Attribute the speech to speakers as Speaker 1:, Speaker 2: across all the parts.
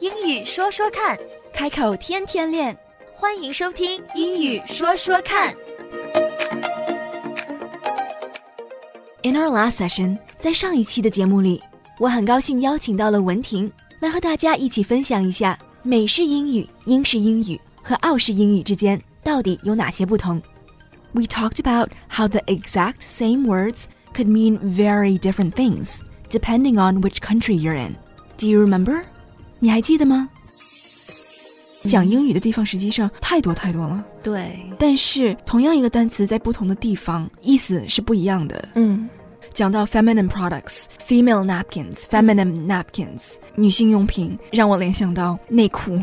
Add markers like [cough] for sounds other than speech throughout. Speaker 1: 英语说说看，
Speaker 2: 开口天天练。
Speaker 1: 欢迎收听《英语说说看》。
Speaker 2: In our last session，在上一期的节目里，我很高兴邀请到了文婷来和大家一起分享一下美式英语、英式英语和澳式英语之间到底有哪些不同。We talked about how the exact same words could mean very different things depending on which country you're in. Do you remember？你还记得吗？讲英语的地方实际上太多太多了，
Speaker 3: 对，
Speaker 2: 但是同样一个单词在不同的地方意思是不一样的。
Speaker 3: 嗯
Speaker 2: 讲到 feminine products、female napkins、feminine napkins 女性用品，让我联想到内裤。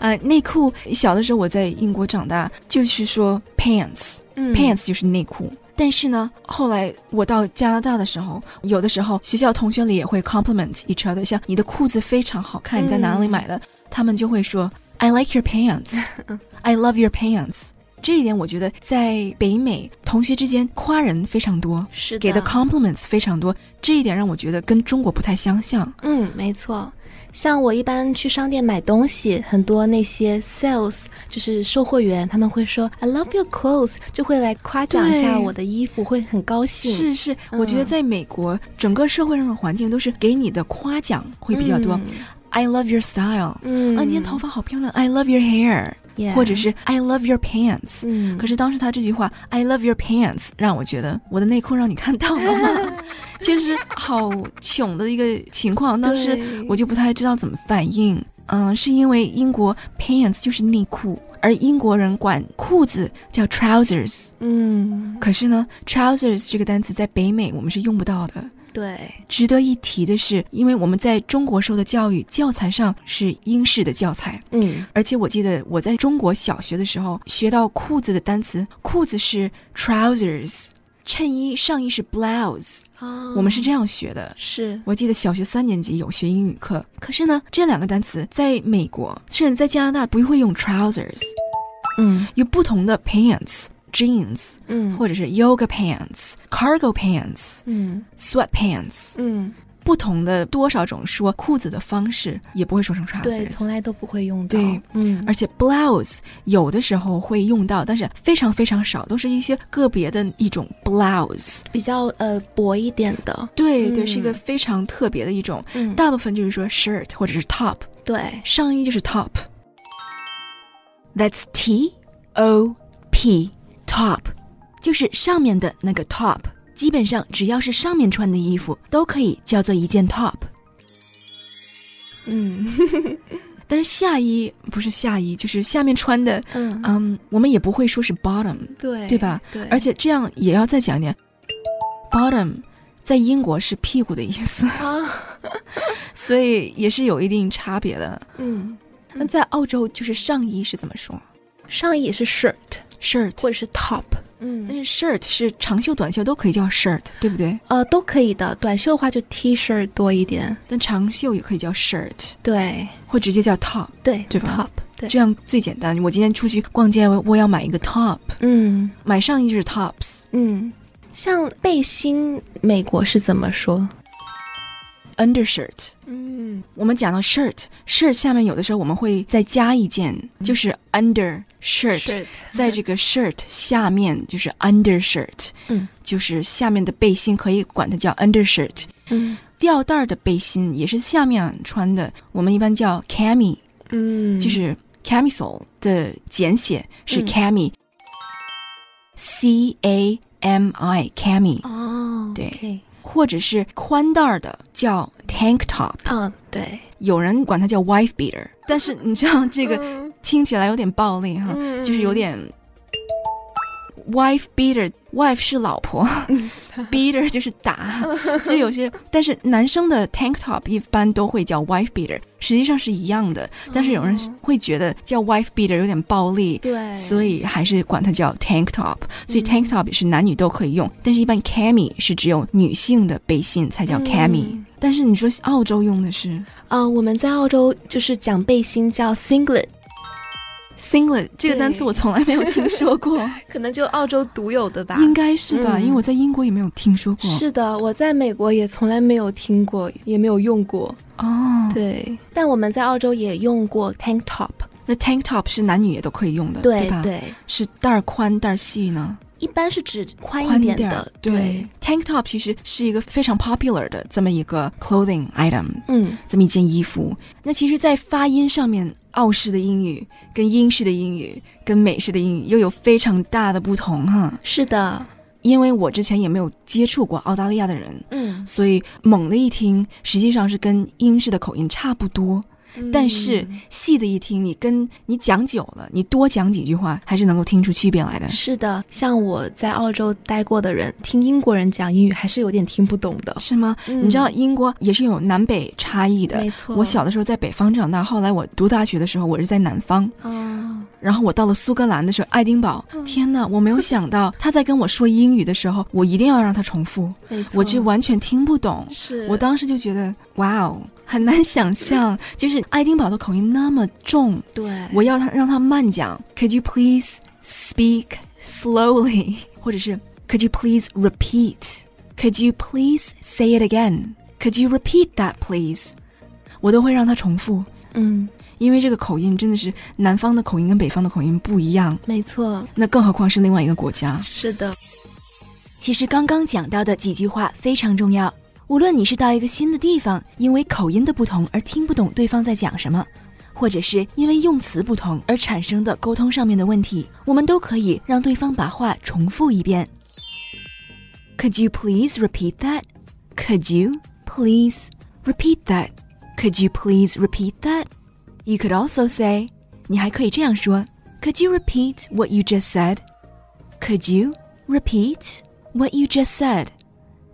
Speaker 2: 呃，内裤小的时候我在英国长大，就是说 pants，pants、
Speaker 3: 嗯
Speaker 2: pants 就是内裤。但是呢，后来我到加拿大的时候，有的时候学校同学里也会 compliment each other，像你的裤子非常好看，你在
Speaker 3: 嗯
Speaker 2: 哪里买的？他们就会说 I like your pants，I
Speaker 3: 嗯
Speaker 2: [laughs] love your pants。这一点我觉得在北美同学之间夸人非常多，
Speaker 3: 是的，
Speaker 2: 给的 compliments 非常多，这一点让我觉得跟中国不太相像。
Speaker 3: 嗯，没错。像我一般去商店买东西，很多那些 sales 就是售货员，他们会说 I love your clothes，就会来夸奖一下
Speaker 2: 对
Speaker 3: 我的衣服，会很高兴。
Speaker 2: 是是，我觉得
Speaker 3: 嗯
Speaker 2: 在美国整个社会上的环境都是给你的夸奖会比较多。I love your style，、
Speaker 3: 嗯，
Speaker 2: 啊，你的头发好漂亮。I love your hair，、
Speaker 3: Yeah，
Speaker 2: 或者是 I love your pants。
Speaker 3: 嗯，
Speaker 2: 可是当时他这句话 "I love your pants" 让我觉得我的内裤让你看到了吗？
Speaker 3: [laughs]
Speaker 2: 就是好囧的一个情况，当时
Speaker 3: 对
Speaker 2: 我就不太知道怎么反应。嗯，是因为英国 pants 就是内裤，而英国人管裤子叫 trousers。
Speaker 3: 嗯，
Speaker 2: 可是呢，trousers 这个单词在北美我们是用不到的。
Speaker 3: 对，
Speaker 2: 值得一提的是，因为我们在中国受的教育教材上是英式的教材，
Speaker 3: 嗯
Speaker 2: 而且我记得我在中国小学的时候学到裤子的单词，裤子是 trousers，衬衣上衣是 blouse，、
Speaker 3: 啊
Speaker 2: 我们是这样学的。
Speaker 3: 是
Speaker 2: 我记得小学三年级有学英语课，可是呢，这两个单词在美国甚至在加拿大不会用 trousers，
Speaker 3: 嗯
Speaker 2: 有不同的 pants、jeans
Speaker 3: 嗯
Speaker 2: 或者是 yoga pants、cargo pants、
Speaker 3: 嗯
Speaker 2: sweatpants，
Speaker 3: 嗯，
Speaker 2: 不同的多少种说裤子的方式也不会说成 trousers，
Speaker 3: 对，从来都不会用到。
Speaker 2: 啊对，
Speaker 3: 嗯，
Speaker 2: 而且 blouse 有的时候会用到，但是非常非常少，都是一些个别的一种 blouse。
Speaker 3: 比较呃薄一点的。
Speaker 2: 对
Speaker 3: 嗯
Speaker 2: 对，是一个非常特别的一种。
Speaker 3: 嗯，
Speaker 2: 大部分就是说 shirt 或者是 top，
Speaker 3: 对，
Speaker 2: 上衣就是 top。That's T O P top，就是上面的那个 top。基本上只要是上面穿的衣服都可以叫做一件 top。
Speaker 3: 嗯
Speaker 2: 但是下衣不是下衣，就是下面穿的，
Speaker 3: 嗯，
Speaker 2: 嗯，我们也不会说是 bottom，
Speaker 3: 对，
Speaker 2: 对吧？
Speaker 3: 对，
Speaker 2: 而且这样也要再讲一点，bottom 在英国是屁股的意思， [laughs]
Speaker 3: 啊，
Speaker 2: 所以也是有一定差别的。
Speaker 3: 嗯，
Speaker 2: 那在澳洲就是上衣是怎么说
Speaker 3: 上衣也是 shirt
Speaker 2: ？shirt，
Speaker 3: 或者是 top，
Speaker 2: 但
Speaker 3: 嗯，
Speaker 2: 是 shirt 是长袖、短袖都可以叫 shirt，对不对？
Speaker 3: 呃，都可以的。短袖的话就 T 恤多一点，
Speaker 2: 但长袖也可以叫 shirt，
Speaker 3: 对
Speaker 2: 或直接叫 top，
Speaker 3: 对
Speaker 2: 对吧
Speaker 3: top，对，
Speaker 2: 这样最简单。我今天出去逛街，我我要买一个 top，
Speaker 3: 嗯
Speaker 2: 买上衣就是 tops。
Speaker 3: 嗯，像背心，美国是怎么说？
Speaker 2: undershirt，
Speaker 3: 嗯
Speaker 2: 我们讲到 shirt，shirt 下面有的时候我们会再加一件，就是 undershirt，
Speaker 3: ，shirt，
Speaker 2: 在这个 shirt 下面就是 undershirt，
Speaker 3: 嗯，
Speaker 2: 就是下面的背心可以管它叫 undershirt。
Speaker 3: 嗯
Speaker 2: 吊带儿的背心也是下面穿的，我们一般叫 cami，、
Speaker 3: 嗯，
Speaker 2: 就是 camisole 的简写是
Speaker 3: 嗯
Speaker 2: cami，c、a m i cami，
Speaker 3: 哦，
Speaker 2: 对
Speaker 3: OK，
Speaker 2: 或者是宽带儿的叫 tank top，
Speaker 3: 啊，对，
Speaker 2: 有人管它叫 wife beater，但是你知道这个
Speaker 3: 嗯
Speaker 2: 听起来有点暴力哈，
Speaker 3: 嗯
Speaker 2: 就是有点 wife beater，wife 是老婆
Speaker 3: 嗯
Speaker 2: [laughs] ，beater 就是
Speaker 3: [laughs]
Speaker 2: 打，所以有些但是男生的 tank top 一般都会叫 wife beater，实际上是一样的，但是有人
Speaker 3: 哦
Speaker 2: 会觉得叫 wife beater 有点暴力。
Speaker 3: 对，嗯
Speaker 2: 所以还是管它叫 tank top，所以 tank top 也是男女都可以用，但是一般 cami 是只有女性的背心才叫 cami，、
Speaker 3: 嗯
Speaker 2: 但是你说澳洲用的是
Speaker 3: 呃啊、我们在澳洲就是讲背心叫 singlet，
Speaker 4: Singlet 这个单词
Speaker 3: 对
Speaker 4: 我从来没有听说过，
Speaker 3: 可能就澳洲独有的吧。
Speaker 4: 应该是吧？
Speaker 3: 嗯
Speaker 4: 因为我在英国也没有听说过。
Speaker 3: 是的，我在美国也从来没有听过，也没有用过。
Speaker 4: 哦，
Speaker 3: 对，但我们在澳洲也用过 tank top
Speaker 4: 那 tank top 是男女也都可以用的，
Speaker 3: 对。
Speaker 4: 吧？
Speaker 3: 对，
Speaker 4: 是带儿宽带儿细呢，
Speaker 3: 一般是指宽
Speaker 4: 宽
Speaker 3: 一点
Speaker 4: 儿
Speaker 3: 的。
Speaker 4: 对 t a n k top 其实是一个非常 popular 的这么一个 clothing item，
Speaker 3: 嗯，
Speaker 4: 这么一件衣服。那其实，在发音上面，澳式的英语跟英式的英语跟美式的英语又有非常大的不同哈。
Speaker 3: 是的，
Speaker 4: 因为我之前也没有接触过澳大利亚的人，
Speaker 3: 嗯，
Speaker 4: 所以猛的一听，实际上是跟英式的口音差不多。
Speaker 3: 嗯
Speaker 4: 但是细的一听，你跟你讲久了，你多讲几句话，还是能够听出区别来的。
Speaker 3: 是的，像我在澳洲待过的人，听英国人讲英语还是有点听不懂的。
Speaker 4: 是吗？
Speaker 3: 嗯
Speaker 4: 你知道英国也是有南北差异的。
Speaker 3: 没错，
Speaker 4: 我小的时候在北方长大，后来我读大学的时候我是在南方，
Speaker 3: 啊，
Speaker 4: 然后我到了苏格兰的时候，爱丁堡，
Speaker 3: 嗯
Speaker 4: 天哪，我没有想到他在跟我说英语的时候，
Speaker 3: [laughs]
Speaker 4: 我一定要让他重复，
Speaker 3: 没错，
Speaker 4: 我就完全听不懂。
Speaker 3: 是
Speaker 4: 我当时就觉得，哇哦，很难想象， [laughs] 就是爱丁堡的口音那么重，
Speaker 3: 对，
Speaker 4: 我要他让他慢讲，Could you please speak slowly？或 [laughs] 者是 Could you please repeat？Could you please say it again？Could you repeat that please？我都会让他重复，
Speaker 3: 嗯，
Speaker 4: 因为这个口音真的是南方的口音跟北方的口音不一样，
Speaker 3: 没错，
Speaker 4: 那更何况是另外一个国家。
Speaker 3: 是的，
Speaker 2: 其实刚刚讲到的几句话非常重要，无论你是到一个新的地方，因为口音的不同而听不懂对方在讲什么，或者是因为用词不同而产生的沟通上面的问题，我们都可以让对方把话重复一遍。Could you please repeat that? Could you please repeat that? Could you please repeat that? You could also say，你还可以这样说：Could you repeat what you just said? Could you repeat what you just said?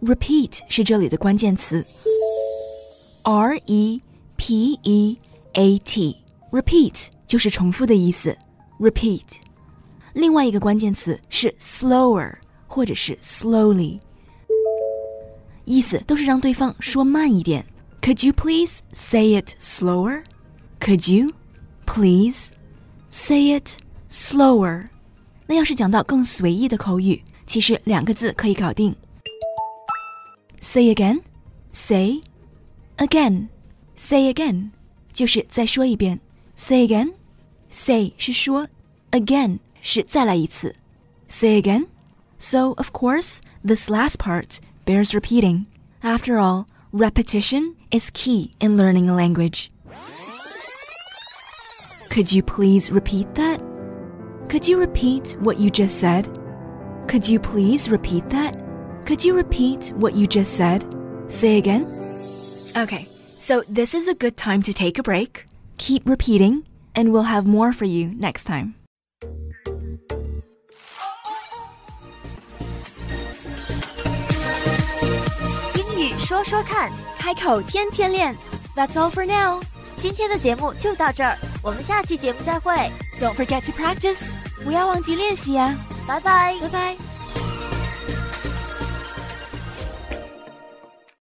Speaker 2: Repeat 是这里的关键词，R E P E A T。Repeat 就是重复的意思。Repeat。另外一个关键词是 slower 或者是 slowly，意思都是让对方说慢一点。Could you please say it slower? Could you please say it slower? 那要是讲到更随意的口语，其实两个字可以搞定。Say again, say again, say again，就是再说一遍。Say again, say 是说，again 是再来一次。Say again. So of course, this last part bears repeating. After all, repetition is key in learning a language. Could you please repeat that? Could you repeat what you just said? Could you please repeat that? Could you repeat what you just said? Say again. Okay, so this is a good time to take a break. Keep repeating, and we'll have more for you next time.
Speaker 1: That's all for now。今天的节目就到这儿，我们下期节目再会，
Speaker 2: Don't forget to practice. 不要忘记练习呀、
Speaker 1: 拜拜，拜拜。